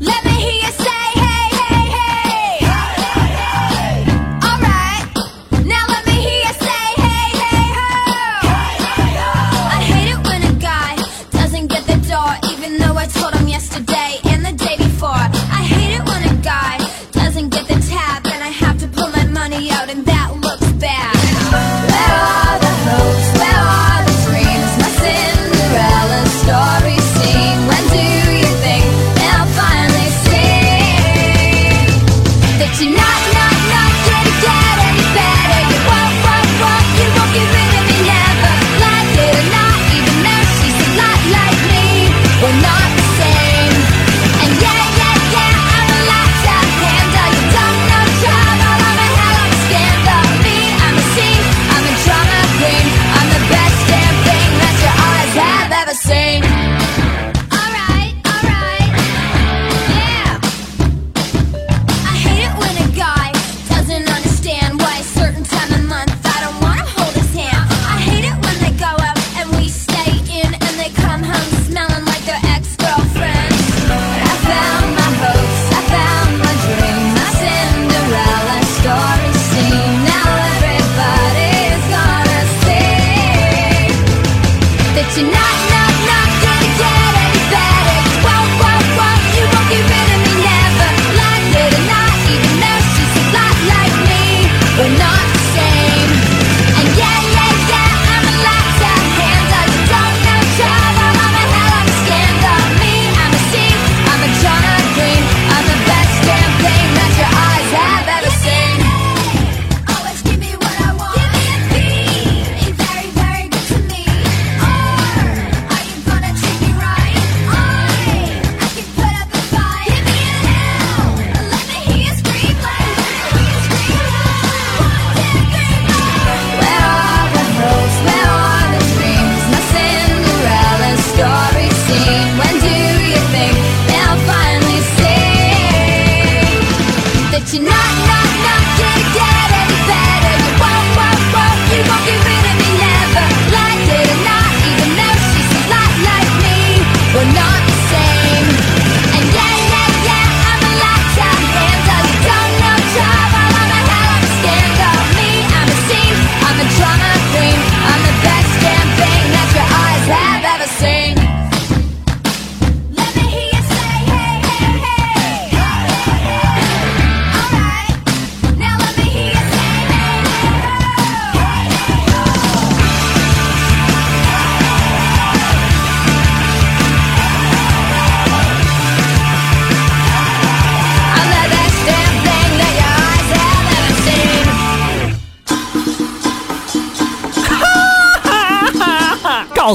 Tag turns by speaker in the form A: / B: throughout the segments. A: Let me hear you say hey hey hey. All right, now let me hear you say hey hey hey. I hate it when a guy doesn't get the door, even though I told him yesterday and the day before. I hate it when a guy doesn't get the tab, and I have to pull my money out, and that looks bad. Where are the hopes? Where are the dreams? My Cinderella story scene. When do you think they'll finally see? that you're not, not, not gonna get any better. You walk, walk, walk, you won't get rid of me never. Like it or not, even though she's a lot like me, we're not the same. And yeah, yeah, yeah, I'm a lifetime panda. You don't know trouble, I'm a hell of a scandal. Me, I'm a scene, I'm a drama queen. I'm the best damn thing that your eyes have ever seen. Alright, alright, yeah. I hate it when a guy doesn't understand why a certain time of month I don't wanna hold his hand. I hate it when they go out and we stay in and they come home smelling like their ex-girlfriends. But I found my hopes, I found my dream, my Cinderella story scene. Now everybody's gonna see that you're not, not, not gonna get any better. You won't, won't, won't, you won't get rid of me never. Like it or not, even though she's a lot like me, we're not the same. And yeah, yeah, yeah, I'm a lifetime handle. You don't know trouble, I'm a hell of a scandal. Me, I'm a scene, I'm a John Green. I'm the best damn thing that your eyes have ever seen. Always give me what I want. Give me a beat. very, very good to me. Or are you gonna treat me right? I, I can put up a fight. Give me an L. Let me hear you scream loud. Let me hear you scream loud. Where are the hopes? Where are the dreams? My Cinderella story scene. When do you think they'll finally see? that you're not, not, not gonna get any better. You won't, won't, won't, you won't get rid of me never. Like it or not, even though she's a lot like me, we're not the same. And yeah, yeah, yeah, I'm a lifetime handle. You don't know trouble, I'm a hell of a scandal. Me, I'm a scene, I'm a drama queen. I'm the best damn thing that your eyes have ever seen. Let me hear you say hey, hey, hey. Alright, now let me hear you say hey, hey, hey. I'm the best damn thing that your eyes have ever seen.
B: 告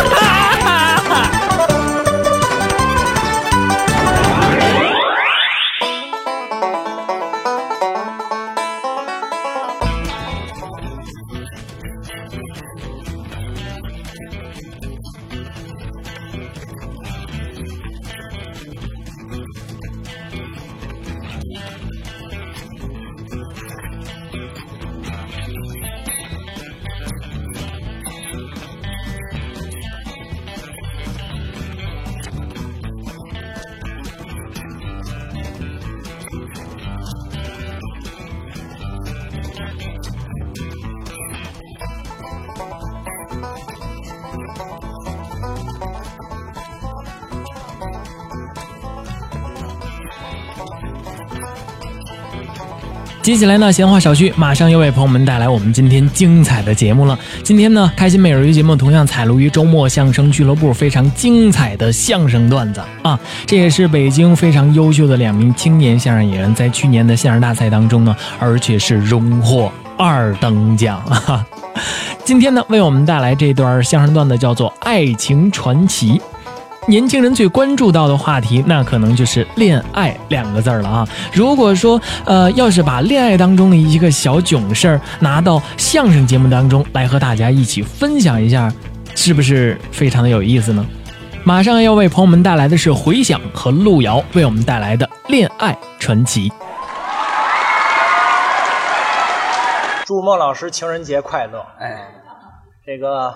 B: 接下来呢，闲话少叙，马上要为朋友们带来我们今天精彩的节目了。今天呢，开心每日鱼节目同样采录于周末相声俱乐部非常精彩的相声段子啊，这也是北京非常优秀的两名青年相声演员在去年的相声大赛当中呢，而且是荣获二等奖啊。今天呢，为我们带来这段相声段子叫做《爱情传奇》。年轻人最关注到的话题，那可能就是“恋爱”两个字儿了啊。如果说，呃，要是把恋爱当中的一个小囧事儿拿到相声节目当中来和大家一起分享一下，是不是非常的有意思呢？马上要为朋友们带来的是回响和路遥为我们带来的《恋爱传奇》。
C: 祝孟老师情人节快乐！
D: 哎，
C: 这个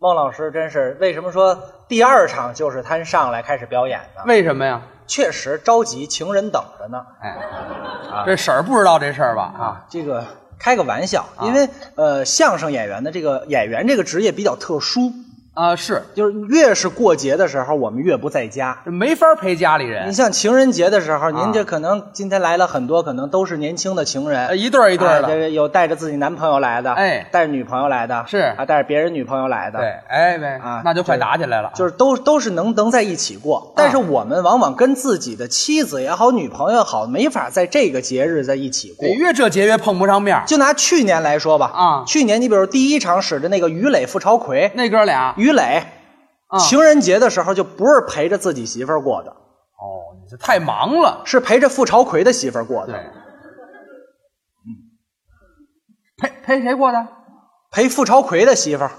C: 孟老师真是，为什么说第二场就是他上来开始表演呢？
D: 为什么呀？
C: 确实着急，情人等着呢。啊
D: 这婶儿不知道这事儿吧？啊，
C: 这个开个玩笑，因为、呃，相声演员的这个演员这个职业比较特殊，
D: 啊是，
C: 就是越是过节的时候，我们越不在家。
D: 这没法陪家里人
C: 你，像情人节的时候，
D: 啊
C: 您这可能今天来了很多，可能都是年轻的情人，
D: 呃一对儿一对儿
C: 哎
D: 的，
C: 这有带着自己男朋友来的，
D: 哎
C: 带着女朋友来的，
D: 是
C: 啊，带着别人女朋友来的，
D: 对，哎喂
C: 啊，
D: 那就快
C: 这
D: 打起来了，
C: 就是都都是能能在一起
D: 啊
C: 过，但是我们往往跟自己的妻子也好、女朋友也好，没法在这个节日在一起过
D: 得。越这节约碰不上面儿。
C: 就拿去年来说吧，
D: 哎啊
C: 去年你比如第一场使的那个于磊、付朝奎，
D: 那哥俩，
C: 于磊、
D: 啊
C: 情人节的时候就不是陪着自己媳妇儿过的，
D: 哦，你这太忙了，
C: 是陪着付朝奎的媳妇儿过
D: 对
C: 的，，
D: 嗯陪陪谁过的？
C: 陪付朝奎的媳妇儿。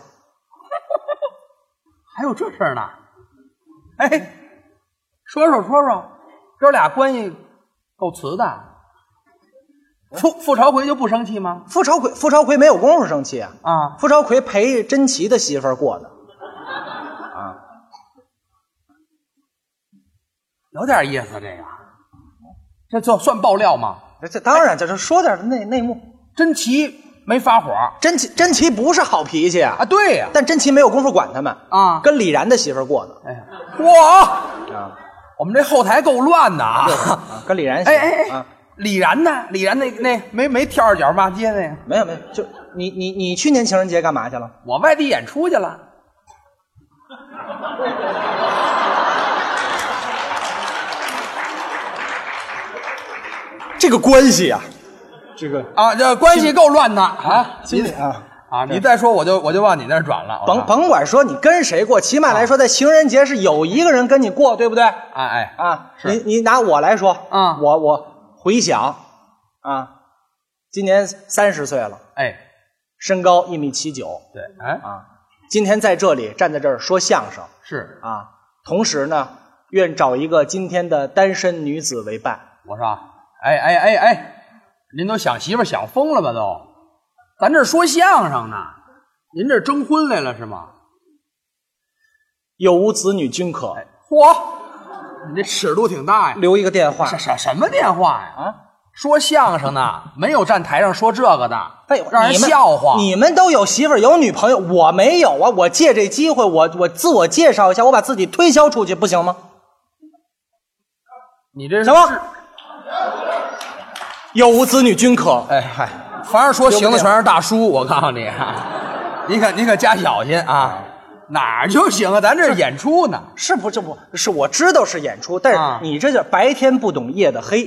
D: 还有这事儿呢？哎，说说说说，哥俩关系够瓷的。傅傅朝奎就不生气吗？
C: 付朝奎，付朝奎没有功夫生气啊，
D: 啊，
C: 付朝奎陪甄琪的媳妇儿过的，
D: 有点意思，这个，这算算爆料吗？
C: 这这当然这这说点内内幕。
D: 真奇没发火
C: 甄琪，甄琪不是好脾气啊
D: 啊？对呀、
C: 但甄琪没有功夫管他们
D: 啊
C: 跟李然的媳妇儿过的
D: 哎呀，嚯！我们这后台够乱的啊！
C: 啊， 跟李然媳妇
D: 哎
C: 儿
D: 哎哎
C: 啊，，
D: 李然呢？李然那那没没跳着脚骂街那个，
C: 没有没有，就你你你去年情人节干嘛去了？
D: 我外地演出去了。
C: 这个关系啊，这个
D: 啊，这关系够乱的啊！
C: 经理啊，
D: 啊，你再说我就我就往你那儿转了。我
C: 甭
D: 看，
C: 甭管说你跟谁过，起码来说在情人节是有一个人跟你过，对不对？
D: 哎哎，
C: 啊，
D: 是
C: 你你拿我来说
D: 啊
C: 我我回想啊，今年三十岁了，
D: 哎，
C: 身高一米七九
D: 对，哎
C: 啊，今天在这里站在这儿说相声。
D: 是，
C: 啊，同时呢，愿找一个今天的单身女子为伴。
D: 我说啊，哎哎哎哎，您都想媳妇儿想疯了吧都？咱这儿说相声呢，您这儿征婚来了是吗？
C: 有无子女均可，
D: 嚯，你这尺度挺大呀！
C: 哎留一个电话
D: 什。什什么电话呀？
C: 啊，
D: 说相声呢，没有站台上说这个的，
C: 废话
D: 让人
C: 哎你们
D: 笑话。
C: 你们都有媳妇儿有女朋友，我没有啊！我借这机会，我我自我介绍一下，我把自己推销出去，不行吗？
D: 你这是
C: 什么？有无子女均可。
D: 哎嗨，凡是说行的全是大叔，我告诉你，啊 你可你可加小心啊！哪儿就行啊？咱这儿演出呢，
C: 是不？这不是我知道是演出，但
D: 啊
C: 是你这叫白天不懂夜的黑，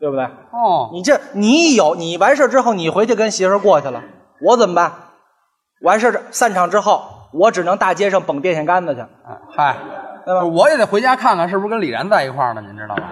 C: 对不对？
D: 哦，
C: 你这你有你完事儿之后，你回去跟媳妇儿过去了，我怎么办？完事儿散场之后，我只能大街上蹦电线杆子去。
D: 啊嗨，
C: 对吧
D: 我也得回家看看是不是跟李然在一块儿呢，您知道吗？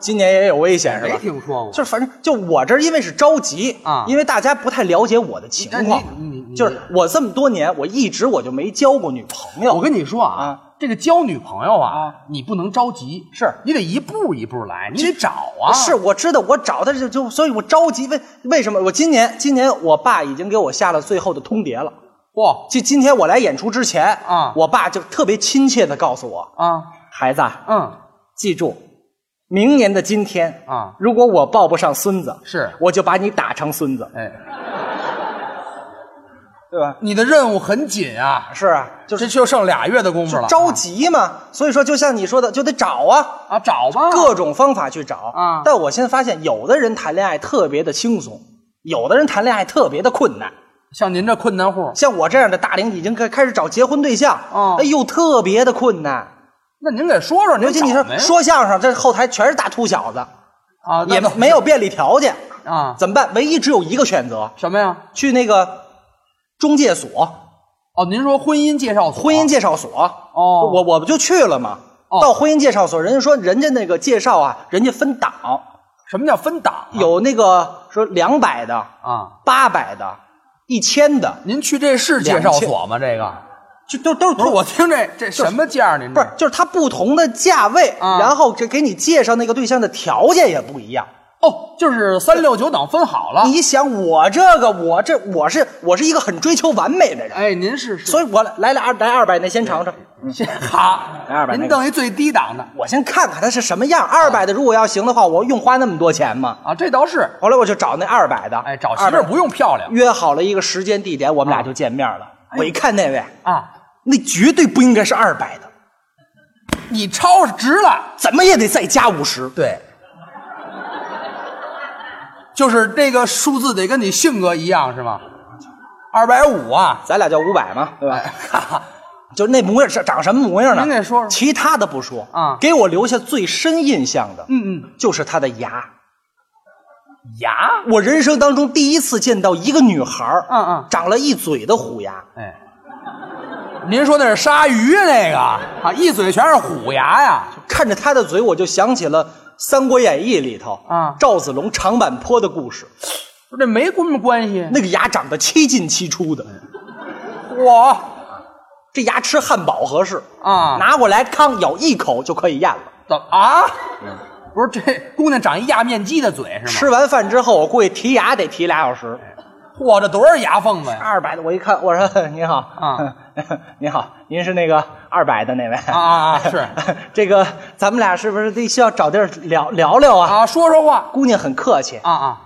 C: 今年也有危险是
D: 没
C: 吧？
D: 听说过，
C: 就是反正就我这儿因为是着急
D: 啊
C: 因为大家不太了解我的情况
D: 你你你，
C: 就是我这么多年我一直我就没交过女朋友。
D: 我跟你说啊，
C: 啊
D: 这个交女朋友啊，
C: 啊
D: 你不能着急，
C: 是
D: 你得一步一步来，你得找啊。
C: 是，我知道，我找他就就，所以我着急。为为什么？我今年今年我爸已经给我下了最后的通牒了。
D: 嚯
C: 就今天我来演出之前
D: 啊
C: 我爸就特别亲切的告诉我，
D: 啊，
C: 孩子啊，
D: 嗯，
C: 记住，明年的今天
D: 啊
C: 如果我抱不上孙子，
D: 是
C: 我就把你打成孙子，
D: 哎，
C: 对吧？
D: 你的任务很紧啊，
C: 是啊，就
D: 这
C: 是
D: 就剩俩月的功夫了，啊
C: 着急嘛。所以说，就像你说的，就得找啊，
D: 啊，找吧，
C: 各种方法去找
D: 啊
C: 但我现在发现，有的人谈恋爱特别的轻松，有的人谈恋爱特别的困难。
D: 像您这困难户，
C: 像我这样的大龄已经开开始找结婚对象，
D: 哦
C: 哎呦，特别的困难。
D: 那您给说说，
C: 尤
D: 您
C: 其你说
D: 找没
C: 说相声，这后台全是大秃小子，
D: 啊，那
C: 也
D: 倒
C: 没有便利条件，
D: 啊，
C: 怎么办？唯一只有一个选择，
D: 什么呀？
C: 去那个中介所、
D: 哦，您说婚姻介绍所，
C: 婚姻介绍所。
D: 哦
C: 我我不就去了吗？
D: 哦
C: 到婚姻介绍所，人家说人家那个介绍啊，人家分
D: 哦
C: 档，
D: 什么叫分档啊？
C: 有那个说两百的、
D: 啊，
C: 八百的、一千的，
D: 您去这是介绍所吗？这个
C: 就都都是
D: 不是我听这这什么价儿？您
C: 不
D: 这
C: 是，就是它不同的价位，
D: 啊
C: 然后这给你介绍那个对象的条件也不一样。
D: 哦，就是三六九等分好了。
C: 你想我这个，我这我是我是一个很追求完美的人，
D: 哎，您是
C: 所
D: 以
C: 以我来来二来二百那先尝尝，
D: 好
C: 来二百那个
D: 您等于最低档的
C: 我先看看它是什么
D: 哦
C: 样。二百的如果要行的话，我用花那么多钱吗？
D: 啊，这倒是。
C: 后来我就找那二百的，
D: 哎，找媳妇儿
C: 200
D: 不用漂亮
C: 约好了一个时间地点，我们俩就见面了。
D: 哦
C: 我一看那位，
D: 啊，
C: 那绝对不应该是二百的，
D: 你超值了。
C: 怎么也得再加五十。
D: 对， 就是这个数字得跟你性格一样是吗？二百五啊，
C: 咱俩叫五百嘛，对吧？
D: 哎，哈哈
C: 就那模样是长什么模样呢？
D: 您给说说
C: 其他的不说
D: 啊
C: 给我留下最深印象的，
D: 嗯嗯，
C: 就是她的牙。
D: 牙，
C: 我人生当中第一次见到一个女孩儿
D: 嗯嗯
C: 长了一嘴的虎牙，
D: 哎，您说那是鲨鱼啊那个啊，一嘴全是虎牙呀，
C: 看着她的嘴，我就想起了《三国演义》里头
D: 啊
C: 赵子龙长坂坡的故事，
D: 这没什么关系。
C: 那个牙长得七进七出的，
D: 我
C: 这牙吃汉堡合适
D: 啊
C: 拿过来康咬一口就可以咽了。
D: 怎么啊？不是这姑娘长一压面鸡的嘴是吗？
C: 吃完饭之后，我估计提牙得提俩小时。
D: 嚯，这多少牙缝子呀？
C: 二百的，我一看，我说 您好
D: 啊，
C: 您好，您是那个二百的那位
D: 啊啊啊是
C: 这个咱们俩是不是得需要找地儿聊聊聊啊？
D: 啊，说说话
C: 姑娘很客气，
D: 啊啊！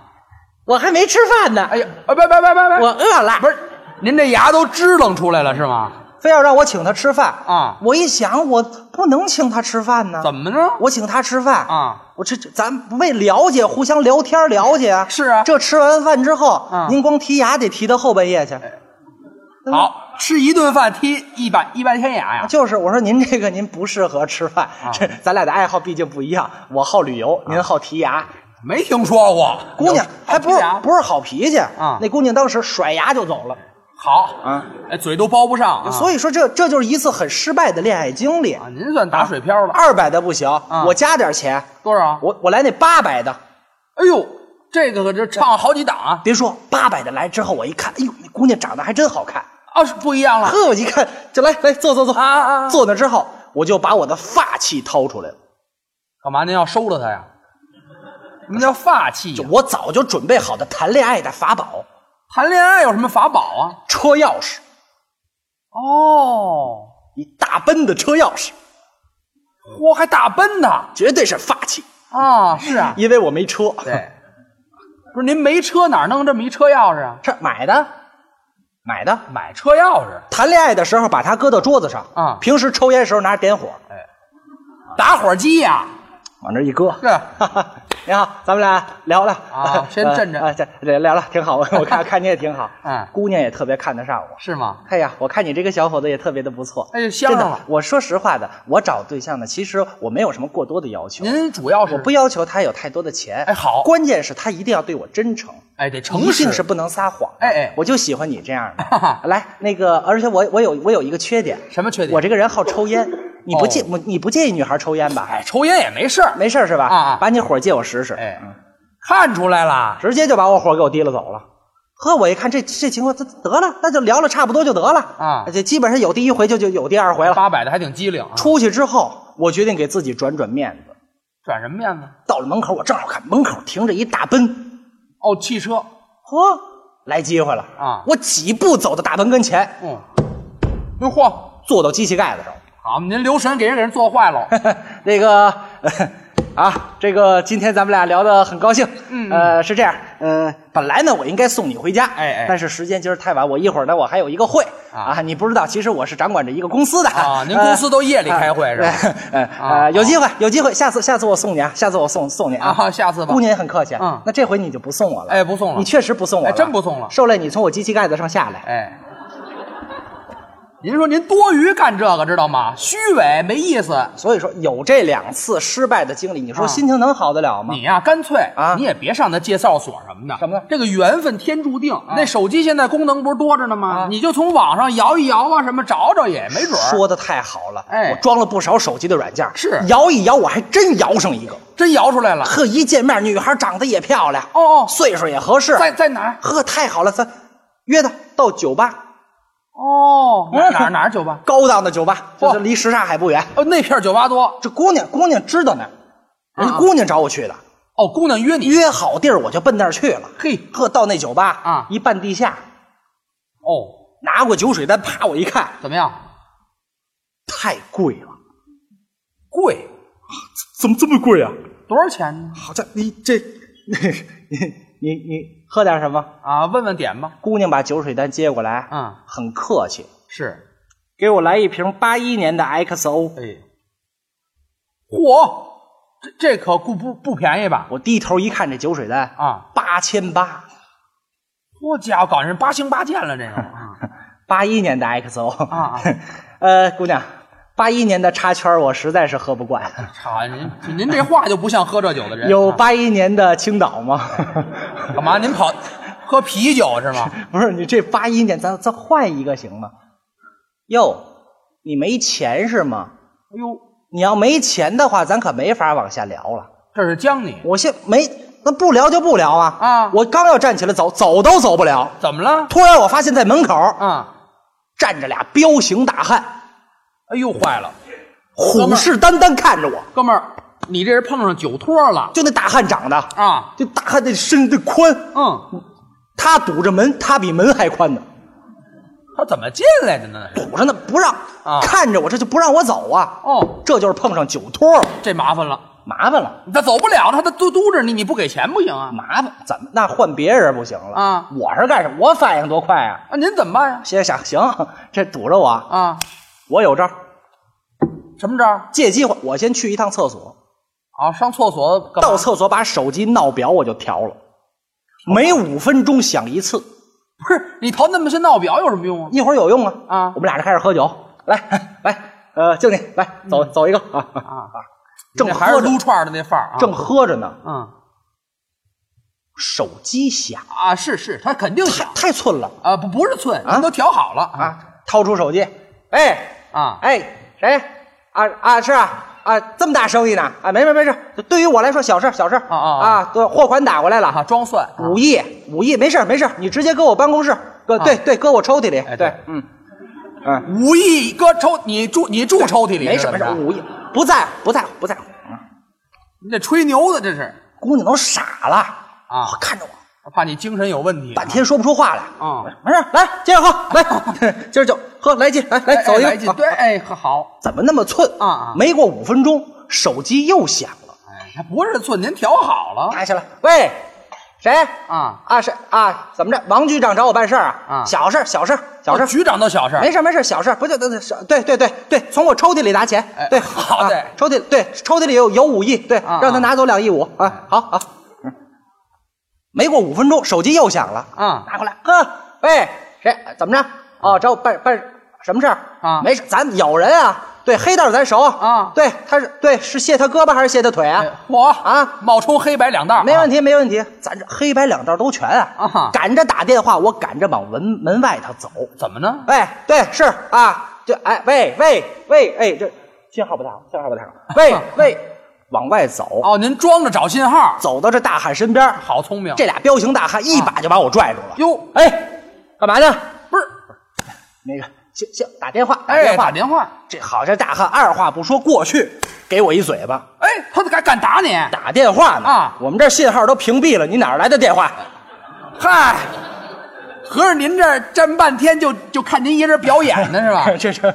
C: 我还没吃饭呢，
D: 哎呀，啊，别别别别别，
C: 我饿了，
D: 不是您这牙都支棱出来了是吗？
C: 非要让我请她吃饭
D: 啊
C: 我一想，我不能请她吃饭呢，
D: 怎
C: 么？
D: 么着？
C: 我请她吃饭
D: 啊，
C: 我这这咱为了解，互相聊天了解啊。
D: 是啊
C: 这吃完饭之后，
D: 啊哎
C: 您光提牙得提到后半夜去。
D: 好吃一顿饭踢一百一百天牙呀？啊
C: 就是我说您这个您不适合吃饭，这咱俩的爱好毕竟不一样。我好旅游，您好提牙。
D: 没听说过，
C: 姑娘还不是
D: 啊好
C: 不是好脾气
D: 啊
C: 那姑娘当时甩牙就走了。
D: 好
C: 啊，
D: 哎，嘴都包不上啊。
C: 所以说这这就是一次很失败的恋爱经历。
D: 啊，您算打水漂了，
C: 二百的不行，
D: 啊
C: 我加点钱，
D: 多少？
C: 我我来那八百的。
D: 哎呦，这个可这唱好几档啊，
C: 别说八百的来之后，我一看，哎呦，那姑娘长得还真好看。
D: 啊是不一样了
C: 呵，我一看就来来坐坐坐
D: 啊啊！啊
C: 坐那之后，我就把我的发器掏出来了。
D: 哎干嘛您要收了他呀？什么叫发气
C: 就
D: 呀？
C: 我早就准备好的谈恋爱的法宝
D: 谈恋爱有什么法宝啊？
C: ——车钥匙。
D: 哦，
C: 一大奔的车钥匙，
D: 嚯，还打奔呢
C: 绝对是发器，
D: 啊！是啊，
C: 因为我没车，
D: 对，不是您没车哪儿弄这么一车钥匙啊？
C: 这买的，买的。
D: 买车钥匙，
C: 谈恋爱的时候把它搁到桌子上
D: 啊
C: 平时抽烟时候拿着点火
D: 打火机呀、
C: 往这一搁。
D: 是
C: 你好，咱们俩聊聊
D: 啊先镇着
C: 啊，这这聊聊挺好，我 看看你也挺好，
D: 嗯
C: 姑娘也特别看得上我。
D: 是吗？
C: 哎呀，我看你这个小伙子也特别的不错，
D: 哎相
C: 真
D: 上
C: 的
D: 了。
C: 我说实话的，我找对象呢，其实我没有什么过多的要求，
D: 您主要是
C: 我不要求他有太多的钱。
D: 嗯哎好
C: 关键是他一定要对我真诚。
D: 哎得
C: 一
D: 诚
C: 定
D: 实
C: 是不能撒谎。
D: 哎哎
C: 我就喜欢你这样的。来，那个，而且我我有我有一个缺点，
D: 什么缺点哦
C: 我这个人好抽烟，你不介、你不介意女孩抽烟吧？
D: 哎，抽烟也没事儿。
C: 没事儿是吧？
D: 啊啊
C: 把你火借我使使。
D: 哎，看出来了，
C: 直接就把我火给我提了走了。呵，我一看这这情况，这得了，那就聊了差不多就得了哎
D: 啊
C: 这基本上有第一回就就有第二回了。
D: 八百的还挺机灵啊。
C: 出去之后，我决定给自己转转面子。
D: 转什么面子？
C: 到了门口，我正好看门口停着一大奔，
D: 哦，汽车。
C: 呵，来机会了
D: 啊
C: 我几步走到大奔跟前，
D: 嗯，那嚯，
C: 坐到机器盖子上。
D: 好，您留神给人给人做坏了。
C: 那个啊，这个今天咱们俩聊得很高兴，嗯呃，是这样，嗯，本来呢我应该送你回家，
D: 哎哎
C: 但是时间今儿太晚，我一会儿呢我还有一个会
D: 啊
C: 你不知道，其实我是掌管着一个公司的
D: 啊您公司都夜里开会是吧？
C: 呃呃
D: 啊
C: 呃，有机会有机会，下次下次我送你啊，下次我送送你
D: 啊好下次吧
C: 姑娘也很客气，啊
D: 嗯
C: 那这回你就不送我了，
D: 哎不送了
C: 你确实不送我了，
D: 哎真不送了
C: 受累你从我机器盖子上下来，
D: 哎，您说您多余干这个知道吗？虚伪没意思。
C: 所以说有这两次失败的经历，你说
D: 啊
C: 心情能好得了吗？
D: 你呀、干脆
C: 啊
D: 你也别上那介绍所什么的。
C: 什么呢啊
D: 这个缘分天注定。那手机现在功能不是多着呢吗？你就从网上摇一摇啊，什么找找也没准儿。
C: 说的太好了，
D: 哎
C: 我装了不少手机的软件，
D: 是
C: 摇一摇，我还真摇上一个。
D: 真摇出来了。
C: 呵，一见面，女孩长得也漂亮，
D: 哦哦
C: 岁数也合适，
D: 在在哪儿？
C: 呵，太好了，咱约她到酒吧，嗯
D: 哦，哪儿哪儿哪儿酒吧？
C: 高档的酒吧，
D: 嚯
C: 这这离什刹海不远。
D: 哦，那片儿酒吧多。
C: 这姑娘，姑娘知道那儿，
D: 啊
C: 人家姑娘找我去的，
D: 哦，姑娘约你。
C: 约好地儿我就奔那儿去了。
D: 嘿，
C: 呵，到那酒吧
D: 啊
C: 一半地下，
D: 哦，
C: 拿过酒水单，啪，我一看，
D: 怎么样？
C: 太贵了，
D: 贵，
C: 怎么这么贵啊？
D: 多少钱呢？
C: 好家伙，你这， 你你你喝点什么？
D: 啊，问问点吧。
C: 姑娘把酒水单接过来，
D: 嗯
C: 很客气，
D: 是，
C: 给我来一瓶八一年的 XO。
D: 哎，嚯，这这可不不不便宜吧？
C: 我低头一看这酒水单
D: 啊，
C: 八千八，
D: 我家伙，搞人八星八剑了，这个啊
C: 八一年的 XO
D: 啊，
C: 呃，姑娘，八一年的插圈儿我实在是喝不 惯，
D: 好，您您这话就不像喝这酒的人。
C: 有
D: 啊
C: 八一年的青岛吗？
D: 干嘛？您跑喝啤酒是吗？
C: 不是你这八一年，咱咱换一个行吗？哟，你没钱是吗？
D: 哎呦，
C: 你要没钱的话，咱可没法往下聊了。
D: 这是将你
C: 我现没那不聊就不聊啊
D: 啊
C: 我刚要站起来走，走都走不了。
D: 怎么了？
C: 突然我发现，在门口
D: 啊，
C: 站着俩彪形大汉，
D: 哎呦，坏了，
C: 虎视眈眈看着我。
D: 哥们儿，你这是碰上酒托了
C: 就那大汉长的，
D: 啊？
C: 就大汉那身这宽，
D: 嗯，
C: 他堵着门，他比门还宽呢，
D: 他怎么进来的呢？
C: 堵着呢不让，
D: 啊
C: 看着我这就不让我走啊。
D: 哦，
C: 这就是碰上酒托了，
D: 这麻烦了。
C: 麻烦了，
D: 他走不了，他他嘟嘟着你，你不给钱不行啊！
C: 麻烦，怎么那换别人不行了
D: 啊
C: 我是干什么？我反应多快啊！
D: 啊，您怎么办呀？
C: 先想行，这堵着我，
D: 啊，
C: 我有招儿，
D: 什么招？
C: 借机会我先去一趟厕所，
D: 啊，上厕所干嘛
C: 到厕所把手机闹表我就调了，每五分钟响一次，
D: 不是你淘那么些闹表有什么用啊？
C: 一会儿有用啊
D: 啊
C: 我们俩人开始喝酒，来 来，呃，静静来走走一个 啊，
D: 嗯啊，
C: 正
D: 你这还是
C: 喝着
D: 撸串的那范儿啊！
C: 正喝着呢，
D: 嗯
C: 手机响，
D: 啊，是是，他肯定
C: 太
D: 想
C: 太寸了
D: 啊，不不是寸，
C: 啊
D: 您都调好了啊
C: 啊！掏出手机，哎
D: 啊！
C: 哎谁啊啊是啊啊这么大生意呢啊没事没事，对于我来说小事小事啊
D: 啊啊
C: 对货款打过来了
D: 啊，装蒜啊
C: 五亿五亿没事没事，你直接搁我办公室，搁对对搁我抽屉里
D: 哎，对
C: 对嗯
D: 五亿啊搁抽你住你住抽屉里，
C: 没事没
D: 是
C: 事
D: 吧
C: 五亿不在乎不在乎不在乎，
D: 你这吹牛的这是
C: 姑娘都傻了。
D: 啊，
C: 看着我，
D: 怕你精神有问题啊，
C: 半天说不出话来。
D: 啊
C: 没事，来接着喝，来， 今儿酒喝来劲，来
D: 哎
C: 来走一
D: 哎来
C: 个
D: 劲。对，
C: 啊
D: 哎，好，
C: 怎么那么寸
D: 啊啊
C: 没过五分钟，手机又响了，
D: 哎，他不是寸，您调好了
C: 拿下来。喂，谁？
D: 啊
C: 啊是啊，怎么着？王局长找我办事儿啊？
D: 啊
C: 小事儿，小事儿，小事
D: 啊
C: 儿。
D: 局长都小事儿
C: 没事没事，小事儿不就对对对对对对，从我抽屉里拿钱
D: 哎，
C: 对，
D: 好
C: 啊
D: 对
C: 抽屉对抽屉里有有五亿，对，
D: 啊
C: 让他拿走两亿五啊，好好。嗯没过五分钟，手机又响了，
D: 啊
C: 拿过来，呵，喂，谁？怎么着？哦，找我办办什么事儿
D: 啊
C: 没事，咱有人啊，对，黑道咱熟
D: 啊
C: 对，他是对是卸他胳膊还是卸他腿啊？
D: 哎我
C: 啊
D: 冒充黑白两道，啊
C: 没问
D: 题。
C: 题，没问题，咱这黑白两道都全啊
D: 啊，
C: 赶着打电话，我赶着往门门外头走，
D: 怎么呢？
C: 喂，哎对，是啊，这哎，喂喂喂，哎，这信号不太好，信号不太 好。喂喂，往外走，
D: 哦，您装着找信号，
C: 走到这大汉身边，
D: 好聪明。
C: 这俩彪形大汉一把就把我拽住了。
D: 哟，
C: 哎，干嘛呢？
D: 不是，
C: 那个，行行，打电话，打
D: 哎，
C: 电
D: 打
C: 话。
D: 电话，
C: 这好，这大汉二话不说过去，给我一嘴巴。
D: 哎，他敢敢打你？
C: 打电话呢
D: 啊
C: 我们这信号都屏蔽了，你哪儿来的电话？ ？
D: 嗨，合着您这儿站半天 就就看您一人表演呢是吧
C: 这这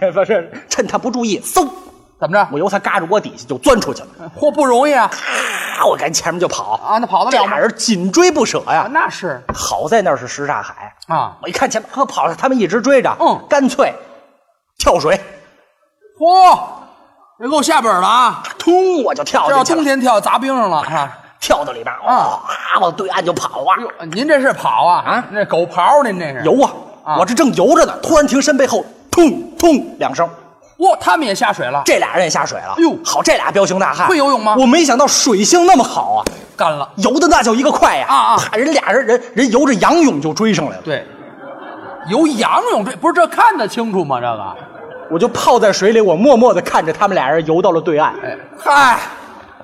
C: 这不是趁他不注意，嗖，
D: 怎么着？
C: 我由他嘎着窝底下就钻出去了，
D: 嚯，不容易啊！
C: 啊，我赶前面就跑，
D: 啊，那跑得
C: 这
D: 了
C: 俩
D: 吗？
C: 人紧追不舍呀、
D: 啊，那是
C: 好在那儿是什刹海，
D: 啊，
C: 我一看前面呵跑着，他们一直追着，
D: 嗯
C: 干脆跳水，
D: 嚯，这够下本了啊！
C: 通我就跳
D: 这要
C: 进去了
D: 冬，天跳砸冰上了啊！
C: 跳到里边，哇、往对岸就跑啊，
D: 哟，您这是跑啊啊？那狗刨您这是？
C: 游啊，
D: 啊
C: 我这正游着呢，突然听身背后痛痛两声，
D: 嚯，他们也下水了，
C: 这俩人也下水了，
D: 哎呦
C: 好，这俩彪形大汉
D: 会游泳吗
C: 我没想到水性那么好啊，
D: 干了。
C: 游的那叫一个快呀，
D: 啊啊
C: 啪人俩人人人游着仰泳就追上来了，
D: 对，游仰泳这不是这看得清楚吗？这个，
C: 我就泡在水里，我默默的看着他们俩人游到了对岸，
D: 哎，嗨，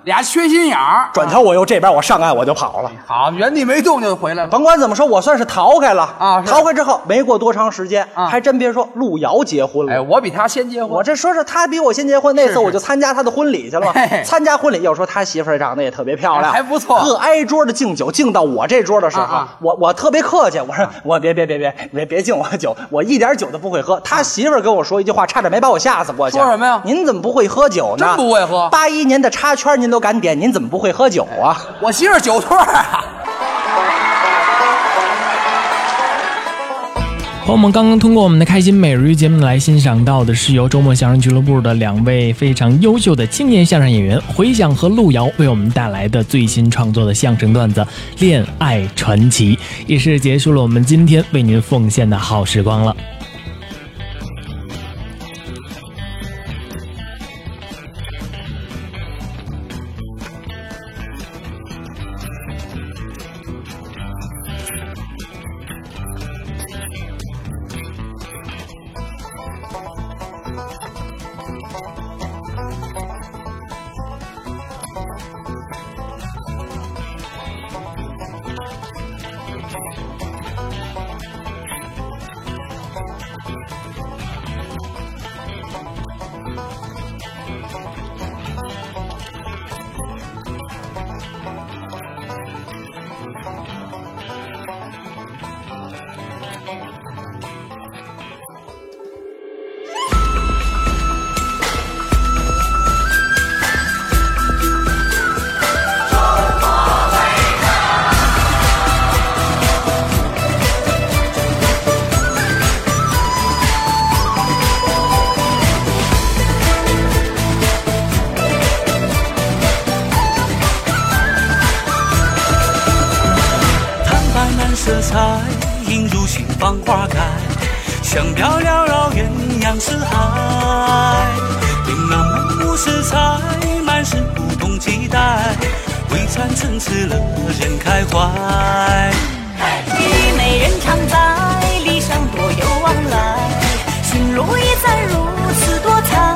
D: 俩缺心眼儿，
C: 转头我又这边我上岸我就跑了。
D: 好，原地没动就回来了。
C: 甭管怎么说，我算是逃开了
D: 啊是
C: 逃开之后没过多长时间，
D: 啊
C: 还真别说，路遥结婚了。
D: 哎，我比他先结婚，
C: 我这说是他比我先结婚，那次我就参加他的婚礼去了嘛。
D: 嘿嘿哎
C: 参加婚礼，要说他媳妇儿长得也特别漂亮，
D: 还不错
C: 各挨桌的敬酒，敬到我这桌的时候，
D: 啊啊
C: 我我特别客气，我说我别别别别别别敬我酒，我一点酒都不会喝。他媳妇儿跟我说一句话，差点没把我吓死过去。
D: 啊说什么呀
C: 您怎么不会喝酒呢？
D: 真不会喝哎
C: 八一年的插圈您都敢点，您怎么不会喝酒啊？
D: 我媳妇儿酒托儿啊，
E: 朋友们，刚刚通过我们的开心每日鱼节目来欣赏到的是由周末相声俱乐部的两位非常优秀的青年相声演员回响和路遥为我们带来的最新创作的相声段子《恋爱传奇》，也是结束了我们今天为您奉献的好时光了。
F: 坦白难色彩，映入心房花开，香飘缭绕远洋四海。琳琅满目色彩，满是不同期待，微餐层次乐人开怀。
G: 与美人常在，礼尚多有往来，心路一载如此多彩。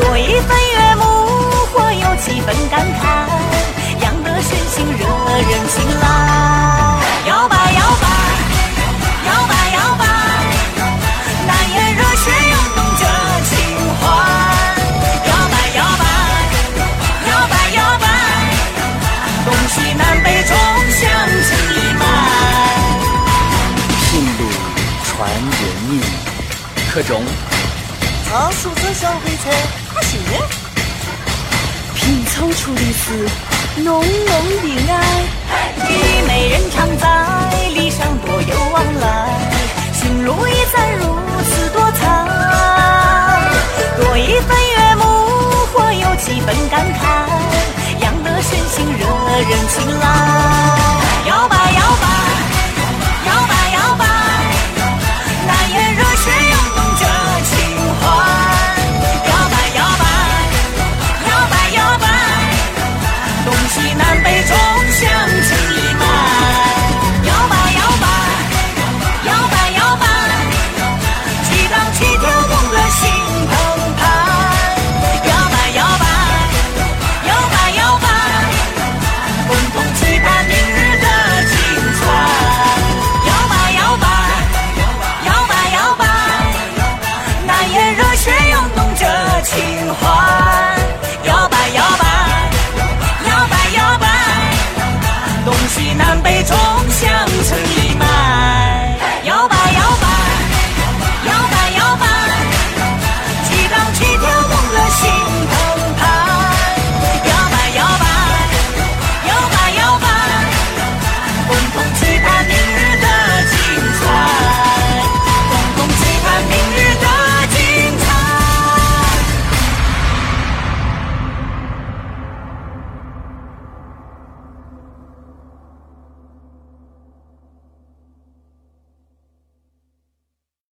G: 多一份悦目，或有几分感慨，养得身心惹人青睐。摇摆摇摆，摇摆摇摆，男人热血涌动着情怀。摇摆摇摆，摇摆摇摆。东西南北冲向气脉。
H: 印度传人命，各种
G: 从数字上回车开始，品尝出的是浓浓的爱。与美人常在，礼尚多有往来，心路一载如此多彩。多一份悦目，或有几分感慨，养得身心惹人青睐。